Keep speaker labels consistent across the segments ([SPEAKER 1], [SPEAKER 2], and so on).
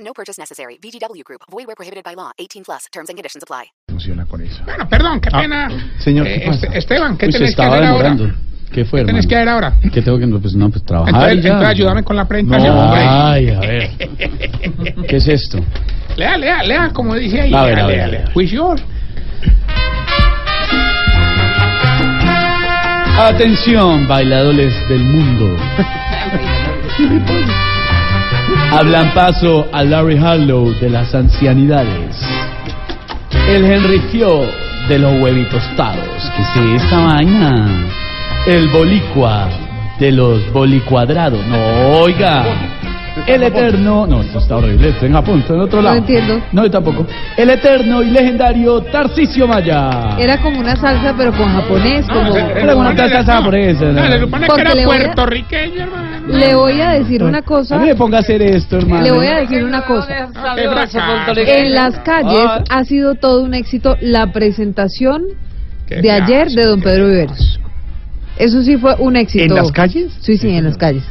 [SPEAKER 1] No purchase necessary. VGW Group. Void where prohibited by law. 18 plus. Terms and conditions apply.
[SPEAKER 2] funciona con eso.
[SPEAKER 3] Bueno, perdón, qué
[SPEAKER 2] Ah,
[SPEAKER 3] pena.
[SPEAKER 2] señor,
[SPEAKER 3] Eh,
[SPEAKER 2] ¿qué pasa?
[SPEAKER 3] Este- Esteban, ¿qué
[SPEAKER 2] Uy, se
[SPEAKER 3] tenés que
[SPEAKER 2] estaba
[SPEAKER 3] hacer
[SPEAKER 2] demorando.
[SPEAKER 3] ahora?
[SPEAKER 2] ¿Qué fue,
[SPEAKER 3] ¿Qué tenés
[SPEAKER 2] hermano?
[SPEAKER 3] que hacer ahora?
[SPEAKER 2] ¿Qué tengo que pues no pues trabajar
[SPEAKER 3] Entonces,
[SPEAKER 2] y ya.
[SPEAKER 3] entonces ayúdame con la
[SPEAKER 2] No,
[SPEAKER 3] presentación, hombre.
[SPEAKER 2] ay, a ver. ¿Qué es esto?
[SPEAKER 3] Lea, lea, lea, como dice ahí.
[SPEAKER 2] A ver,
[SPEAKER 3] lea,
[SPEAKER 2] a ver,
[SPEAKER 3] lea,
[SPEAKER 2] a ver.
[SPEAKER 3] lea. Juicio.
[SPEAKER 2] Atención, bailadores del mundo. Hablan paso a Larry Harlow de las ancianidades. El Henry Fio de los huevitos taros. que se esta vaina? El bolicua de los bolicuadrados. No, oiga. El eterno. No, esto está horrible. Esto en Japón, está en otro lado.
[SPEAKER 4] entiendo.
[SPEAKER 2] No, yo tampoco. El eterno y legendario Tarcisio Maya.
[SPEAKER 4] Era como una salsa, pero con japonés. Como...
[SPEAKER 3] Ah,
[SPEAKER 2] Era una
[SPEAKER 3] Lupana
[SPEAKER 2] salsa
[SPEAKER 3] no,
[SPEAKER 2] japonesa,
[SPEAKER 3] no,
[SPEAKER 2] ¿no?
[SPEAKER 3] se supone que
[SPEAKER 4] Porque
[SPEAKER 3] era
[SPEAKER 4] le voy a-
[SPEAKER 3] puertorriqueño, hermano.
[SPEAKER 4] Le voy a decir una
[SPEAKER 2] A
[SPEAKER 4] cosa.
[SPEAKER 2] mí me ponga a hacer esto, hermano.
[SPEAKER 4] Le voy a decir una cosa.
[SPEAKER 3] No, qué fracaso.
[SPEAKER 4] En las calles
[SPEAKER 2] Ah.
[SPEAKER 4] ha sido todo un éxito la presentación
[SPEAKER 3] Qué
[SPEAKER 4] de ayer
[SPEAKER 3] fracaso,
[SPEAKER 4] de Don
[SPEAKER 3] qué
[SPEAKER 4] Pedro Viveros. Eso sí fue un éxito.
[SPEAKER 5] ¿En las calles?
[SPEAKER 4] Sí, sí, en las calles.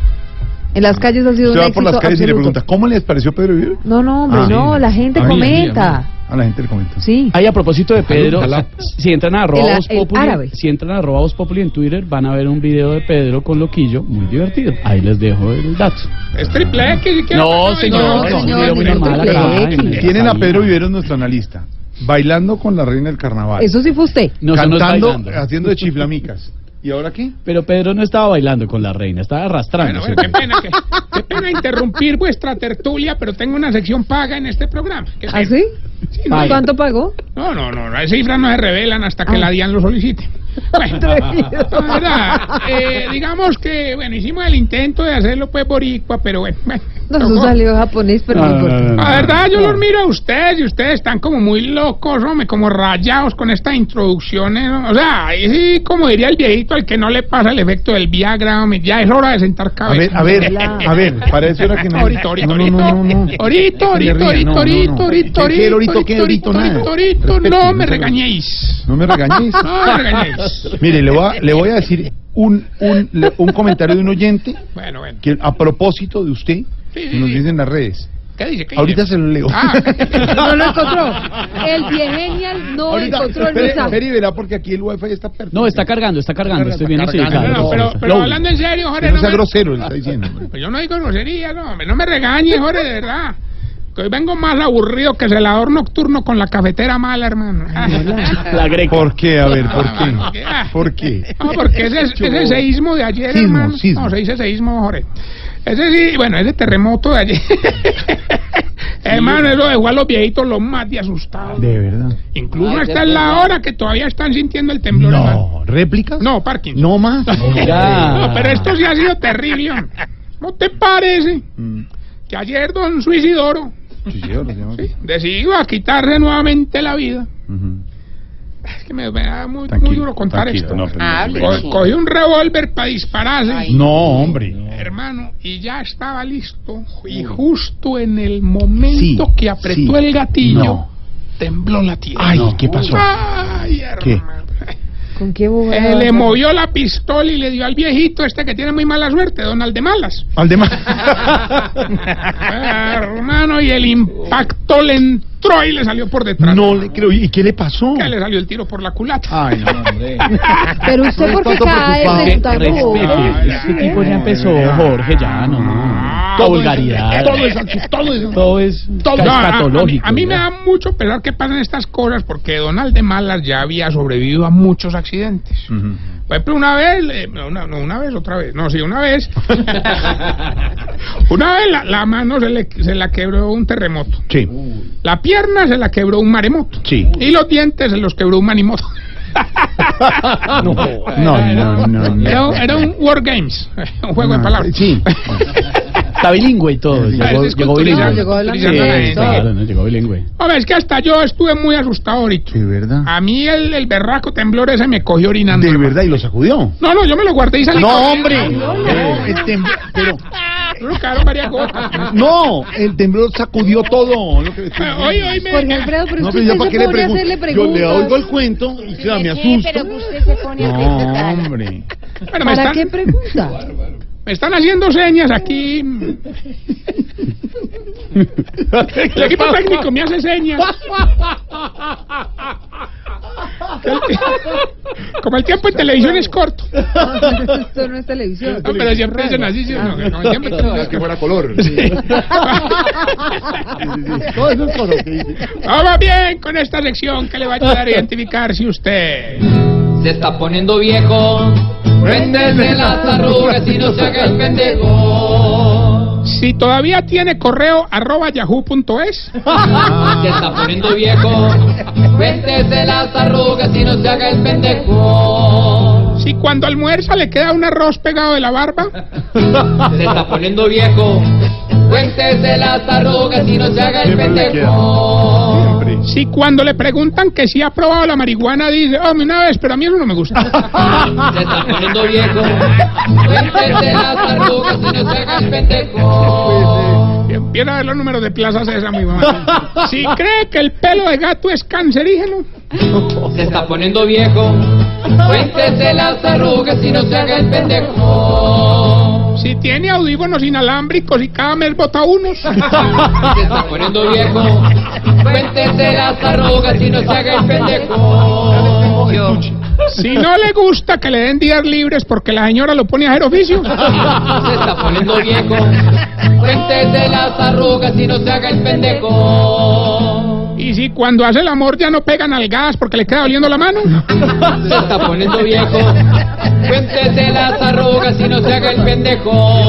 [SPEAKER 4] En las calles ha sido
[SPEAKER 5] Se
[SPEAKER 4] un
[SPEAKER 5] va
[SPEAKER 4] éxito.
[SPEAKER 5] por las calles y le
[SPEAKER 4] absoluto.
[SPEAKER 5] pregunta, ¿cómo les pareció Pedro Vivir?
[SPEAKER 4] No, no, hombre,
[SPEAKER 5] Ah,
[SPEAKER 4] no,
[SPEAKER 2] sí.
[SPEAKER 4] la gente
[SPEAKER 2] A mí,
[SPEAKER 4] comenta.
[SPEAKER 5] A la gente le comenta.
[SPEAKER 4] Sí.
[SPEAKER 2] Ahí a propósito de Pedro,
[SPEAKER 3] ojalá.
[SPEAKER 2] si entran a
[SPEAKER 4] El a-
[SPEAKER 2] arroba Voz
[SPEAKER 4] el
[SPEAKER 2] Populi-
[SPEAKER 4] árabe.
[SPEAKER 2] si entran a arroba Voz Populi en Twitter, van a ver un video de Pedro con Loquillo, muy divertido. Ahí les dejo el dato.
[SPEAKER 3] Es triple X, si quieres.
[SPEAKER 2] No, señor,
[SPEAKER 4] no,
[SPEAKER 2] es un
[SPEAKER 4] señor,
[SPEAKER 2] video muy
[SPEAKER 4] señor,
[SPEAKER 2] normal.
[SPEAKER 4] triple
[SPEAKER 2] acá,
[SPEAKER 4] X.
[SPEAKER 2] en la
[SPEAKER 5] Tienen a
[SPEAKER 2] sabina.
[SPEAKER 5] Pedro Viveros, nuestro analista, bailando con la reina del carnaval,
[SPEAKER 4] Eso sí fue usted.
[SPEAKER 2] No, eso no es
[SPEAKER 5] cantando,
[SPEAKER 2] bailando.
[SPEAKER 5] haciendo de chiflamicas. ¿Y ahora qué?
[SPEAKER 2] Pero Pedro no estaba bailando con la reina, estaba arrastrando.
[SPEAKER 3] Bueno, bueno, qué pena, que- qué pena interrumpir vuestra tertulia, pero tengo una sección paga en este programa. Qué pena.
[SPEAKER 4] ¿Ah, sí?
[SPEAKER 2] Vaya.
[SPEAKER 4] ¿Cuánto pagó?
[SPEAKER 3] No, no, no, las cifras no se revelan hasta que
[SPEAKER 4] Ah.
[SPEAKER 3] la DIAN lo solicite. Bueno,
[SPEAKER 4] Atrevido.
[SPEAKER 3] la verdad, eh, digamos que, bueno, hicimos el intento de hacerlo pues boricua, pero bueno, bueno.
[SPEAKER 4] No,
[SPEAKER 3] tocó.
[SPEAKER 4] eso salió japonés, pero no,
[SPEAKER 2] No, no,
[SPEAKER 4] importa.
[SPEAKER 2] no, no,
[SPEAKER 3] La
[SPEAKER 2] no.
[SPEAKER 3] verdad, yo los miro a ustedes y ustedes están como muy locos, hombre, como rayados con estas introducciones. ¿no? O sea, ahí sí, como diría el viejito, al que no le pasa el efecto del Viagra, hombre, ya es hora de sentar
[SPEAKER 5] A ver,
[SPEAKER 3] cabeza.
[SPEAKER 5] a ver, a ver, para eso era que no.
[SPEAKER 3] Ahorita, ahorita,
[SPEAKER 5] no, no, no, no, no.
[SPEAKER 3] ahorita,
[SPEAKER 5] Que
[SPEAKER 3] ahorita,
[SPEAKER 5] me ría,
[SPEAKER 3] ahorita,
[SPEAKER 5] no,
[SPEAKER 3] ahorita,
[SPEAKER 5] no, no.
[SPEAKER 3] ahorita,
[SPEAKER 5] ¿Qué, qué,
[SPEAKER 3] ahorita,
[SPEAKER 5] ahorito, qué,
[SPEAKER 3] ahorita,
[SPEAKER 5] ahorito, nada?
[SPEAKER 3] ahorita, ahorita,
[SPEAKER 5] Respete,
[SPEAKER 3] no
[SPEAKER 5] no
[SPEAKER 3] me
[SPEAKER 5] se-
[SPEAKER 3] regañéis.
[SPEAKER 5] No me regañéis.
[SPEAKER 3] No me regañéis.
[SPEAKER 5] Mire, le voy a, le voy a decir un, un, le- un comentario de un oyente
[SPEAKER 3] Bueno, bueno.
[SPEAKER 5] que a propósito de usted
[SPEAKER 3] Sí, sí,
[SPEAKER 5] nos
[SPEAKER 3] sí.
[SPEAKER 5] dice en las redes.
[SPEAKER 3] ¿Qué dice? ¿Qué
[SPEAKER 5] Ahorita
[SPEAKER 3] dice?
[SPEAKER 5] se lo leo.
[SPEAKER 3] Ah,
[SPEAKER 4] No lo encontró. El Viegenial no
[SPEAKER 5] Ahorita,
[SPEAKER 4] encontró el
[SPEAKER 5] espere, espere
[SPEAKER 4] mensaje.
[SPEAKER 5] y verá porque aquí el wifi está perfecto.
[SPEAKER 2] No, está cargando, está cargando.
[SPEAKER 5] Está
[SPEAKER 2] Estoy viendo así.
[SPEAKER 5] cargando,
[SPEAKER 2] claro.
[SPEAKER 3] no, pero, pero
[SPEAKER 2] Lo-
[SPEAKER 3] hablando en serio,
[SPEAKER 5] Que
[SPEAKER 3] Jorge,
[SPEAKER 5] no sea
[SPEAKER 3] me-
[SPEAKER 5] grosero, le está diciendo. hombre.
[SPEAKER 3] Pues yo no digo grosería, no, hombre, no me regañes, Jorge, de verdad. Que hoy vengo más aburrido que celador nocturno con la cafetera mala, hermano.
[SPEAKER 2] La greca.
[SPEAKER 5] ¿Por qué? A ver, ¿por
[SPEAKER 3] Ah,
[SPEAKER 5] qué?
[SPEAKER 3] ah.
[SPEAKER 5] ¿Por qué?
[SPEAKER 3] No, porque ese, ese seísmo de ayer,
[SPEAKER 5] Sismo,
[SPEAKER 3] hermano.
[SPEAKER 5] sismo.
[SPEAKER 3] No, se dice seísmo, Jorge. Ese sí, bueno, ese terremoto de ayer. hermano, eso dejó a los viejitos los más de asustados.
[SPEAKER 5] De verdad.
[SPEAKER 3] Incluso hasta en la hora que todavía están sintiendo el temblor. hermano.
[SPEAKER 5] No, ¿réplicas?
[SPEAKER 3] No, parking.
[SPEAKER 5] No más.
[SPEAKER 2] Ya.
[SPEAKER 3] No, pero esto sí ha sido terrible. hombre. ¿No te parece
[SPEAKER 5] Mm,
[SPEAKER 3] que ayer don Suicidoro
[SPEAKER 5] sí, señor, lo llamo.
[SPEAKER 3] decidió a quitarse nuevamente la vida?
[SPEAKER 5] Ujú.
[SPEAKER 3] Es que me, me da muy, muy
[SPEAKER 5] Tranquilo,
[SPEAKER 3] duro contar
[SPEAKER 5] tranquilo,
[SPEAKER 3] esto. Ah,
[SPEAKER 5] no, pero no
[SPEAKER 3] Co-
[SPEAKER 5] se preocupe.
[SPEAKER 3] cogió un revólver para dispararse,
[SPEAKER 5] No, hombre.
[SPEAKER 3] hermano, y ya estaba listo. Y justo en el momento
[SPEAKER 5] Sí,
[SPEAKER 3] que apretó
[SPEAKER 5] sí.
[SPEAKER 3] el gatillo,
[SPEAKER 5] No.
[SPEAKER 3] tembló la tierra.
[SPEAKER 5] Ay, ¿qué pasó?
[SPEAKER 3] Ay,
[SPEAKER 5] ¿Qué?
[SPEAKER 3] hermano.
[SPEAKER 4] ¿Con qué bobo?
[SPEAKER 3] Eh, le movió la pistola y le dio al viejito este que tiene muy mala suerte, Donald de Malas.
[SPEAKER 5] Al demás.
[SPEAKER 3] Ah, hermano, y el impacto le entró y le salió por detrás.
[SPEAKER 5] No le creo. ¿Y qué le pasó?
[SPEAKER 3] Que le salió el tiro por la culata.
[SPEAKER 5] Ay, no, hombre.
[SPEAKER 4] Pero usted, ¿por qué cae de
[SPEAKER 2] Respete, respete. Este tipo ya empezó,
[SPEAKER 3] Ah.
[SPEAKER 2] Jorge, ya, no,
[SPEAKER 5] Ah,
[SPEAKER 2] no. Toda vulgaridad.
[SPEAKER 5] Todo es, todo es.
[SPEAKER 2] Todo es,
[SPEAKER 3] No,
[SPEAKER 2] ca- es
[SPEAKER 3] a- a-
[SPEAKER 2] patológico.
[SPEAKER 3] A mí, a mí me
[SPEAKER 2] ya.
[SPEAKER 3] da mucho pesar que pasen estas cosas porque Donald de Malas ya había sobrevivido a muchos accidentes.
[SPEAKER 5] Ujú.
[SPEAKER 3] Por ejemplo, una vez, eh, no, una, no, una vez, otra vez, no, sí, una vez. una vez la, la mano se, le- se la quebró un terremoto.
[SPEAKER 5] Sí,
[SPEAKER 3] La pierna se la quebró un maremoto.
[SPEAKER 5] sí.
[SPEAKER 3] Y los dientes se los quebró un manimoto.
[SPEAKER 5] No, no, Ah, no, no.
[SPEAKER 3] Era, era un War Games, un juego de palabras.
[SPEAKER 5] Sí.
[SPEAKER 2] Está bilingüe y todo.
[SPEAKER 5] Ah,
[SPEAKER 2] Llegó,
[SPEAKER 3] ese es
[SPEAKER 2] llegó bilingüe.
[SPEAKER 3] culturizando,
[SPEAKER 4] Llegó de la
[SPEAKER 2] Sí,
[SPEAKER 3] culturizando a la
[SPEAKER 4] sí,
[SPEAKER 3] gente.
[SPEAKER 2] claro, no, llegó bilingüe.
[SPEAKER 3] Hombre, es que hasta yo estuve muy asustado ahorita.
[SPEAKER 5] De verdad.
[SPEAKER 3] A mí el, el berraco temblor ese me cogió orinando.
[SPEAKER 5] De
[SPEAKER 3] hermano.
[SPEAKER 5] verdad, y lo sacudió.
[SPEAKER 3] No, no, yo me lo guardé y salí.
[SPEAKER 5] No,
[SPEAKER 3] corriendo.
[SPEAKER 5] hombre. Eh.
[SPEAKER 3] No,
[SPEAKER 5] No, el tem- pero-
[SPEAKER 3] no, claro, varias gotas.
[SPEAKER 5] no, el temblor sacudió todo. Lo que-
[SPEAKER 3] Hoy, hoy me.
[SPEAKER 4] Jorge Alfredo, pero
[SPEAKER 5] No,
[SPEAKER 4] usted
[SPEAKER 5] pero yo
[SPEAKER 4] se
[SPEAKER 5] para qué le
[SPEAKER 4] pone a
[SPEAKER 5] pregunto.
[SPEAKER 4] hacerle
[SPEAKER 5] Yo
[SPEAKER 4] preguntas.
[SPEAKER 5] le oigo el cuento y se me asusto. No, hombre.
[SPEAKER 3] Bueno, me,
[SPEAKER 4] ¿Para qué
[SPEAKER 3] están,
[SPEAKER 4] pregunta?
[SPEAKER 3] me están haciendo señas aquí. El equipo técnico me hace señas. Como el tiempo en televisión es corto.
[SPEAKER 4] Esto no es televisión.
[SPEAKER 3] No, pero siempre dicen así, ¿sí? Ah, No, como el tiempo en televisión es
[SPEAKER 5] que fuera color. Todas esas cosas que dice.
[SPEAKER 3] Vamos bien con esta sección que le va a ayudar a identificar si usted.
[SPEAKER 6] Se está poniendo viejo. Préndese las arrugas y no se haga el pendejo.
[SPEAKER 3] Si todavía tiene correo arroba yahoo.es.
[SPEAKER 6] Se Ah, está poniendo viejo. Préndese las arrugas y no se haga el pendejo.
[SPEAKER 3] Si cuando almuerza le queda un arroz pegado de la barba.
[SPEAKER 6] Se está poniendo viejo. Cuéntese las arrugas y no se haga el
[SPEAKER 5] Siempre le
[SPEAKER 6] pendejo.
[SPEAKER 3] Si cuando le preguntan que si ha probado la marihuana dice, oh, una vez, pero a mí eso no me gusta.
[SPEAKER 6] Se está poniendo viejo. Cuéntese las arrugas y no se haga el pendejo.
[SPEAKER 3] Y empieza a ver los números de plazas esa mi mamá. Si cree que el pelo de gato es cancerígeno.
[SPEAKER 6] Se está poniendo viejo. Cuéntese las arrugas y no se haga el pendejo.
[SPEAKER 3] Si tiene audífonos inalámbricos y cada mes bota unos.
[SPEAKER 6] Se está poniendo viejo. Cuéntese las arrugas y no se haga el pendejo.
[SPEAKER 3] Si no le gusta que le den días libres porque la señora lo pone a hacer oficio.
[SPEAKER 6] Se está poniendo viejo. Cuéntese las arrugas y no se haga el pendejo.
[SPEAKER 3] Y si cuando hace el amor ya no pegan al gas porque le queda oliendo la mano.
[SPEAKER 6] Se está poniendo viejo. Cuéntese las arrugas y no se haga el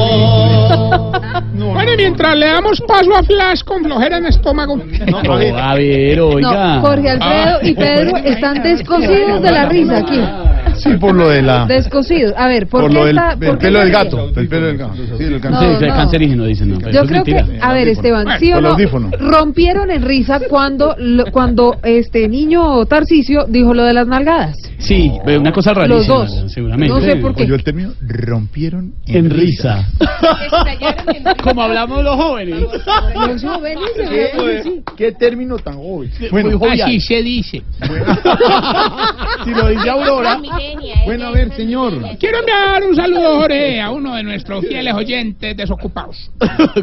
[SPEAKER 6] pendejo.
[SPEAKER 3] Bueno, y mientras le damos paso a Flash con flojera en estómago.
[SPEAKER 2] No, a ver, oiga.
[SPEAKER 4] No, Jorge Alfredo
[SPEAKER 5] Ah.
[SPEAKER 4] y Pedro están descosidos de la risa aquí.
[SPEAKER 5] Sí, por lo de la.
[SPEAKER 4] Descosidos. A ver, ¿por,
[SPEAKER 5] Por
[SPEAKER 4] qué
[SPEAKER 5] lo del
[SPEAKER 4] está, por
[SPEAKER 5] el
[SPEAKER 4] qué
[SPEAKER 5] pelo del
[SPEAKER 4] ríe?
[SPEAKER 5] gato. El pelo del gato. Sí, del
[SPEAKER 2] No,
[SPEAKER 5] gato.
[SPEAKER 2] sí,
[SPEAKER 4] no,
[SPEAKER 2] sí,
[SPEAKER 4] no.
[SPEAKER 2] cancerígeno, dicen. No, pero
[SPEAKER 4] Yo
[SPEAKER 2] eso es
[SPEAKER 4] creo que,
[SPEAKER 2] mentira.
[SPEAKER 4] a ver, Esteban, sí o
[SPEAKER 5] Con
[SPEAKER 4] no,
[SPEAKER 5] los audífonos.
[SPEAKER 4] rompieron en risa cuando lo- cuando este niño Tarcisio dijo lo de las nalgadas.
[SPEAKER 2] Sí, pero una cosa rarísima.
[SPEAKER 4] Los dos.
[SPEAKER 2] Seguramente.
[SPEAKER 4] No sé por qué.
[SPEAKER 5] Oyó el término, rompieron
[SPEAKER 2] En risa. Como hablamos los jóvenes.
[SPEAKER 4] Los jóvenes, ¿verdad? Sí.
[SPEAKER 5] ¿Qué término tan joven?
[SPEAKER 2] Muy
[SPEAKER 5] Bueno,
[SPEAKER 2] jovial.
[SPEAKER 3] se dice.
[SPEAKER 5] si lo dice Aurora. Bueno, a ver, señor.
[SPEAKER 3] Quiero enviar un saludo, Jorge, a uno de nuestros fieles oyentes desocupados.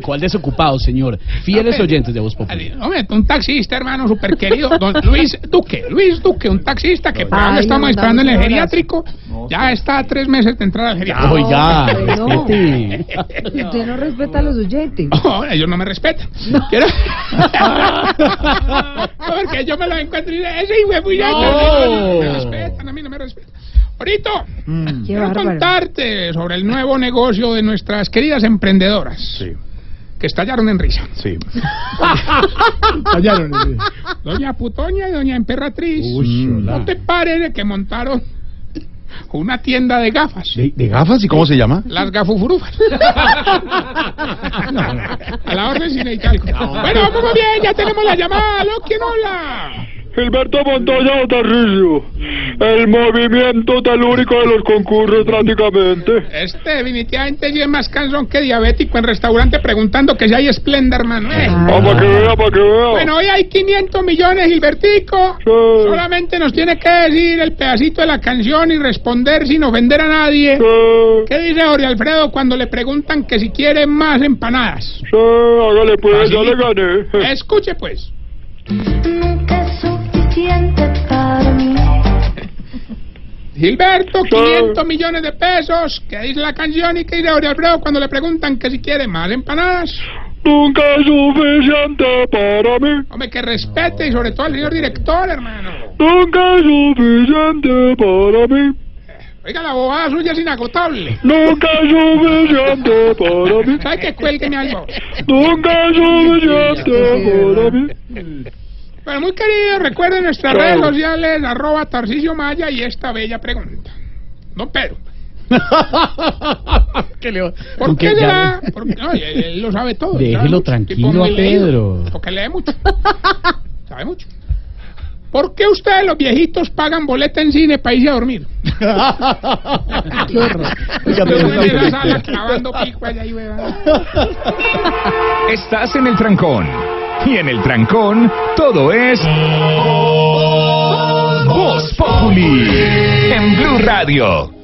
[SPEAKER 2] ¿Cuál desocupado, señor? Fieles
[SPEAKER 3] Pedro.
[SPEAKER 2] oyentes de Voz Popular.
[SPEAKER 3] Hombre, un taxista, hermano, súper querido. Don Luis Duque, Luis Duque, un taxista que para
[SPEAKER 4] Ay,
[SPEAKER 3] lo
[SPEAKER 4] le
[SPEAKER 3] estamos
[SPEAKER 4] mandamos
[SPEAKER 3] esperando en el
[SPEAKER 4] un abrazo.
[SPEAKER 3] geriátrico. Ya está a tres meses de entrar al geriátrico. Este,
[SPEAKER 2] Oiga,
[SPEAKER 4] hombre, no.
[SPEAKER 2] respete.
[SPEAKER 4] Usted no respeta a los oyentes.
[SPEAKER 3] No, Oh, ellos no me respetan. Quiero... Porque yo me los encuentro y digo, ese hijo de puñeta,
[SPEAKER 2] No.
[SPEAKER 3] no, no, no, me respetan, a mí no me respetan. Ahorita,
[SPEAKER 5] Mm.
[SPEAKER 4] Qué
[SPEAKER 3] quiero
[SPEAKER 4] bárbaro.
[SPEAKER 3] contarte sobre el nuevo negocio de nuestras queridas emprendedoras
[SPEAKER 5] Sí,
[SPEAKER 3] que estallaron en risa.
[SPEAKER 5] sí. Fallaron. eh.
[SPEAKER 3] Doña Putoña y Doña Emperatriz.
[SPEAKER 5] Mm.
[SPEAKER 3] No te pares de que montaron una tienda de gafas.
[SPEAKER 5] ¿De, de gafas y cómo se llama?
[SPEAKER 3] Las gafufurufas. A la orden sin el cálculo. Bueno, vamos bien, ya tenemos la llamada. ¿Aló? ¿Quién habla?
[SPEAKER 7] Gilberto Montoya o Tarrillo, el movimiento telúrico de los concursos prácticamente.
[SPEAKER 3] Este definitivamente ya es más cansón que diabético en restaurante preguntando que si hay esplenda, hermano. Eh.
[SPEAKER 7] Ah, para que vea, para que vea.
[SPEAKER 3] Bueno, hoy hay 500 millones, Gilbertico.
[SPEAKER 7] Sí.
[SPEAKER 3] Solamente nos tiene que decir el pedacito de la canción y responder sin ofender a nadie.
[SPEAKER 7] Sí,
[SPEAKER 3] ¿Qué dice Jorge Alfredo cuando le preguntan que si quiere más empanadas?
[SPEAKER 7] sí, hágale pues, ya le
[SPEAKER 3] Facilito.
[SPEAKER 7] gané.
[SPEAKER 3] Escuche pues.
[SPEAKER 8] Nunca es suficiente para mí.
[SPEAKER 3] Gilberto,
[SPEAKER 7] Sí.
[SPEAKER 3] 500 millones de pesos. ¿Qué dice la canción y qué dice Jorge Alfredo cuando le preguntan que si quiere más empanadas?
[SPEAKER 7] Nunca es suficiente para mí.
[SPEAKER 3] Hombre, que respete y sobre todo al señor director, hermano.
[SPEAKER 7] Nunca es suficiente para mí.
[SPEAKER 3] Oiga, la bobada suya es inagotable.
[SPEAKER 7] Nunca es suficiente para mí.
[SPEAKER 3] ¿Sabe qué? Cuélgueme algo.
[SPEAKER 7] Nunca es suficiente para mí.
[SPEAKER 3] Pero muy querido, recuerden nuestras
[SPEAKER 7] Claro.
[SPEAKER 3] redes sociales, arroba Tarcisio Maya y esta bella pregunta. Don Pedro,
[SPEAKER 5] ¿Qué le va?
[SPEAKER 3] ¿Por
[SPEAKER 2] Aunque
[SPEAKER 3] qué
[SPEAKER 2] ya-
[SPEAKER 3] será? Porque, no, él, él lo sabe todo.
[SPEAKER 2] Déjelo
[SPEAKER 3] sabe mucho,
[SPEAKER 2] tranquilo
[SPEAKER 3] tipo
[SPEAKER 2] a
[SPEAKER 3] muy leído,
[SPEAKER 2] Pedro.
[SPEAKER 3] Porque lee mucho. sabe mucho. ¿Por qué ustedes los viejitos pagan boleta en cine para irse a dormir?
[SPEAKER 5] Qué horror. Oiga, pero
[SPEAKER 3] Ustedes en esa
[SPEAKER 5] está
[SPEAKER 3] sala
[SPEAKER 5] bonito.
[SPEAKER 3] clavando pico allá y huevada.
[SPEAKER 9] Estás en el trancón. Y en el trancón, todo es. Voz Populi. En Blue Radio.